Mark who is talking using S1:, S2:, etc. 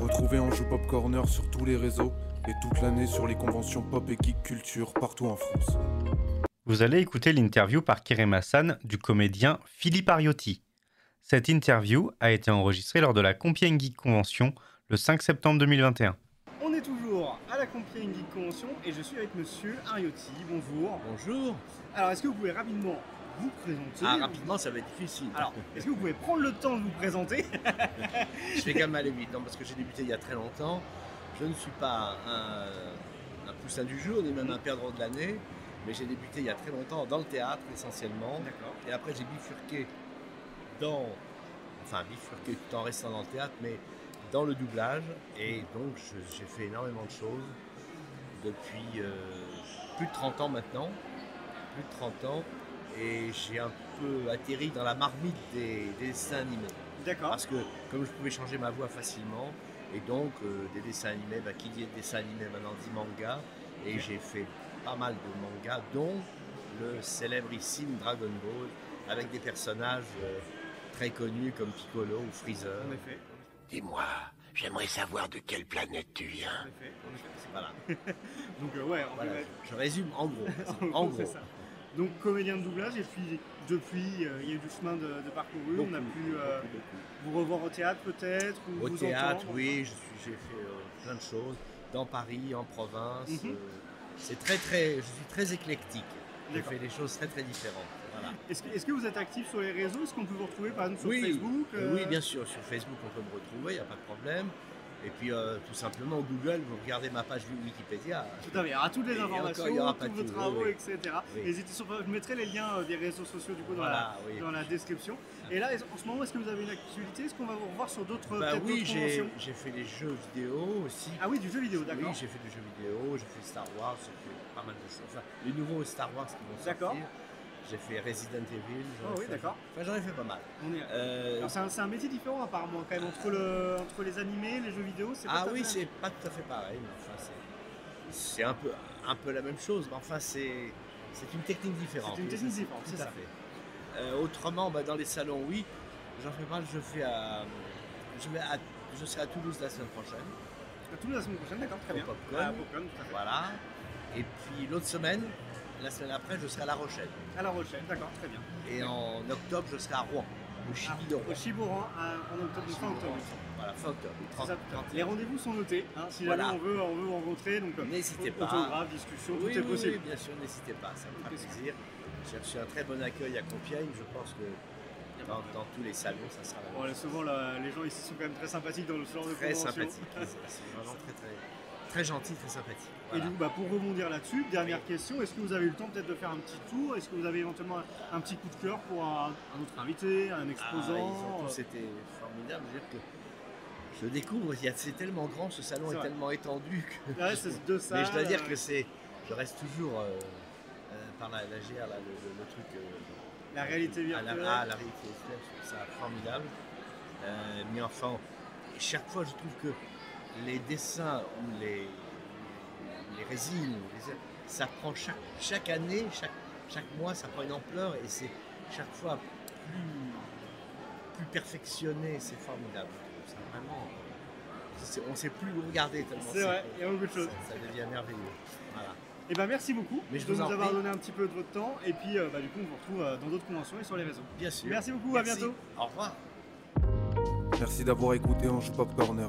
S1: Retrouvez Anjou Pop Corner sur tous les réseaux et toute l'année sur les conventions pop et geek culture partout en France.
S2: Vous allez écouter l'interview par Kerem du comédien Philippe Ariotti. Cette interview a été enregistrée lors de la Compiègne Geek Convention le 5 septembre 2021.
S3: On est toujours à la Compiègne Geek Convention et je suis avec monsieur Ariotti. Bonjour.
S4: Bonjour.
S3: Alors, est-ce que vous pouvez rapidement vous présenter
S4: Ah, rapidement, ça va être difficile.
S3: Alors, est-ce que vous pouvez prendre le temps de vous présenter
S4: je vais quand même aller vite, non, parce que j'ai débuté il y a très longtemps. Je ne suis pas un, un poussin du jour, ni même un perdreau de l'année, mais j'ai débuté il y a très longtemps dans le théâtre essentiellement.
S3: D'accord.
S4: Et après, j'ai bifurqué dans. Enfin, bifurqué tout en restant dans le théâtre, mais dans le doublage. Et donc, je- j'ai fait énormément de choses depuis euh, plus de 30 ans maintenant. Plus de 30 ans. Et j'ai un peu atterri dans la marmite des, des dessins animés.
S3: D'accord.
S4: Parce que, comme je pouvais changer ma voix facilement, et donc euh, des dessins animés, bah, qui dit dessins animés maintenant dit manga. Et j'ai fait pas mal de mangas, dont le célébrissime Dragon Ball, avec des personnages euh, très connus comme Piccolo ou Freezer.
S3: En effet.
S5: Dis-moi, j'aimerais savoir de quelle planète tu viens.
S3: En effet. En effet.
S4: Voilà,
S3: Donc, euh, ouais, en
S4: voilà,
S3: fait,
S4: je, je résume en gros.
S3: En
S4: En
S3: gros, c'est
S4: gros.
S3: ça. Donc comédien de doublage et puis depuis euh, il y a eu du chemin de, de parcouru, on a
S4: Beaucoup,
S3: pu euh,
S4: beaucoup, beaucoup.
S3: vous revoir au théâtre peut-être ou
S4: Au
S3: vous
S4: théâtre,
S3: entendre.
S4: oui, je suis- j'ai fait euh, plein de choses, dans Paris, en province.
S3: Mhm.
S4: euh, c'est très, très, je suis très éclectique. J'ai
S3: D'accord.
S4: fait des choses très, très différentes. Voilà.
S3: Est-ce que, est-ce que vous êtes actif sur les réseaux Est-ce qu'on peut vous retrouver par exemple sur
S4: Oui,
S3: Facebook
S4: Euh, Oui, bien sûr, sur Facebook, on peut me retrouver, il n'y a pas de problème. Et puis, euh, tout simplement, Google, vous regardez ma page Wikipédia.
S3: Tout à fait, il y aura toutes les
S4: Et encore,
S3: informations,
S4: il y aura pas
S3: tous vos
S4: tout, oui,
S3: travaux,
S4: oui.
S3: etc.
S4: Oui.
S3: N'hésitez surtout- je mettrai les liens euh, des réseaux sociaux du coup dans,
S4: Voilà, oui.
S3: la, dans la description. Et là, est-ce- en ce moment, est-ce que vous avez une actualité Est-ce qu'on va vous revoir sur d'autres
S4: Bah
S3: peut-être
S4: oui,
S3: d'autres
S4: j'ai
S3: conventions
S4: j'ai fait des jeux vidéo aussi.
S3: Ah oui, du jeu vidéo,
S4: Oui,
S3: d'accord.
S4: j'ai fait des jeux vidéo, j'ai fait Star Wars, j'ai fait pas mal de choses. Enfin, les nouveaux Star Wars qui vont sortir.
S3: D'accord.
S4: J'ai fait Resident Evil. j'en ai
S3: Ah oui,
S4: fait-
S3: d'accord.
S4: Enfin, j'en ai fait pas mal.
S3: On est-
S4: Euh,
S3: Alors, c'est un, c'est un métier différent apparemment quand même entre, le, entre les animés, les jeux vidéo, c'est pas
S4: Ah
S3: tout à
S4: oui,
S3: fait-
S4: c'est pas tout à fait pareil, mais enfin, c'est- c'est un peu, un peu la même chose, mais enfin, c'est c'est une technique différente.
S3: C'est une
S4: Oui,
S3: technique différente,
S4: tout
S3: c'est
S4: à
S3: ça.
S4: fait. Euh, autrement, bah, dans les salons, oui, j'en fais mal, je fais à. Je, vais à, je serai à Toulouse la semaine prochaine,
S3: À Toulouse la semaine prochaine, d'accord, très
S4: Au
S3: bien.
S4: Popcorn.
S3: Ah, Popcorn, tout à fait.
S4: voilà. Et puis l'autre semaine, la semaine après, je serai à La Rochelle.
S3: À La Rochelle, d'accord, très bien.
S4: Et en octobre, je serai à Rouen, au
S3: Ah,
S4: Chibi de Rouen.
S3: Au Chiboran, à- en octobre, fin octobre.
S4: Voilà, fin octobre, le
S3: C'est
S4: 30,
S3: ça.
S4: 31.
S3: Les rendez-vous sont notés, hein, si
S4: Voilà.
S3: jamais on veut, on veut vous rencontrer, donc euh,
S4: N'hésitez pas.
S3: autographe, discussion,
S4: Oui,
S3: tout est
S4: oui,
S3: possible.
S4: oui, bien sûr, n'hésitez pas, ça me fera
S3: Tout est possible.
S4: plaisir. J'ai reçu un très bon accueil à Compiègne, je pense que dans, dans tous les salons, ça sera la
S3: Bon, là,
S4: même chose.
S3: souvent, là, les gens ici sont quand même très sympathiques dans le genre de
S4: Très
S3: convention.
S4: sympathique, ils sont- ils sont vraiment très, très, très gentils, très sympathiques.
S3: Et du coup, bah, pour rebondir là-dessus, dernière question, est-ce que vous avez eu le temps peut-être de faire un petit tour Est-ce que vous avez éventuellement un, un petit coup de cœur pour un, un autre invité, un
S4: Ah,
S3: exposant euh,
S4: C'était formidable, je veux dire que je découvre, il y a- c'est tellement grand, ce salon
S3: C'est
S4: est,
S3: vrai.
S4: tellement étendu que...
S3: Ouais, c'est deux
S4: Mais je dois
S3: salles,
S4: dire
S3: euh,
S4: que c'est... Je reste toujours euh, euh, par la, la GR, là, le, le- le truc... euh,
S3: La réalité
S4: à la-
S3: virtuelle.
S4: Ah, la réalité virtuelle, je trouve ça formidable. Euh, mais enfin, chaque fois, je trouve que les dessins ou les, les résines, ou les- ça prend chaque, chaque année, chaque, chaque mois, ça prend une ampleur et c'est chaque fois plus, plus perfectionné. C'est formidable. je trouve ça vraiment. c'est- On ne sait plus où regarder tellement
S3: C'est vrai, il y a beaucoup de
S4: ça,
S3: choses.
S4: ça devient merveilleux. Voilà.
S3: Et ben merci beaucoup
S4: Mais je
S3: de
S4: vous
S3: nous
S4: en
S3: avoir
S4: prie.
S3: donné un petit peu de votre temps. Et puis, euh, bah, du coup, on vous retrouve euh, dans d'autres conventions et sur les réseaux.
S4: Bien sûr.
S3: Merci beaucoup, à
S4: Merci.
S3: bientôt.
S4: Au revoir.
S1: Merci d'avoir écouté Anjou Pop Corner.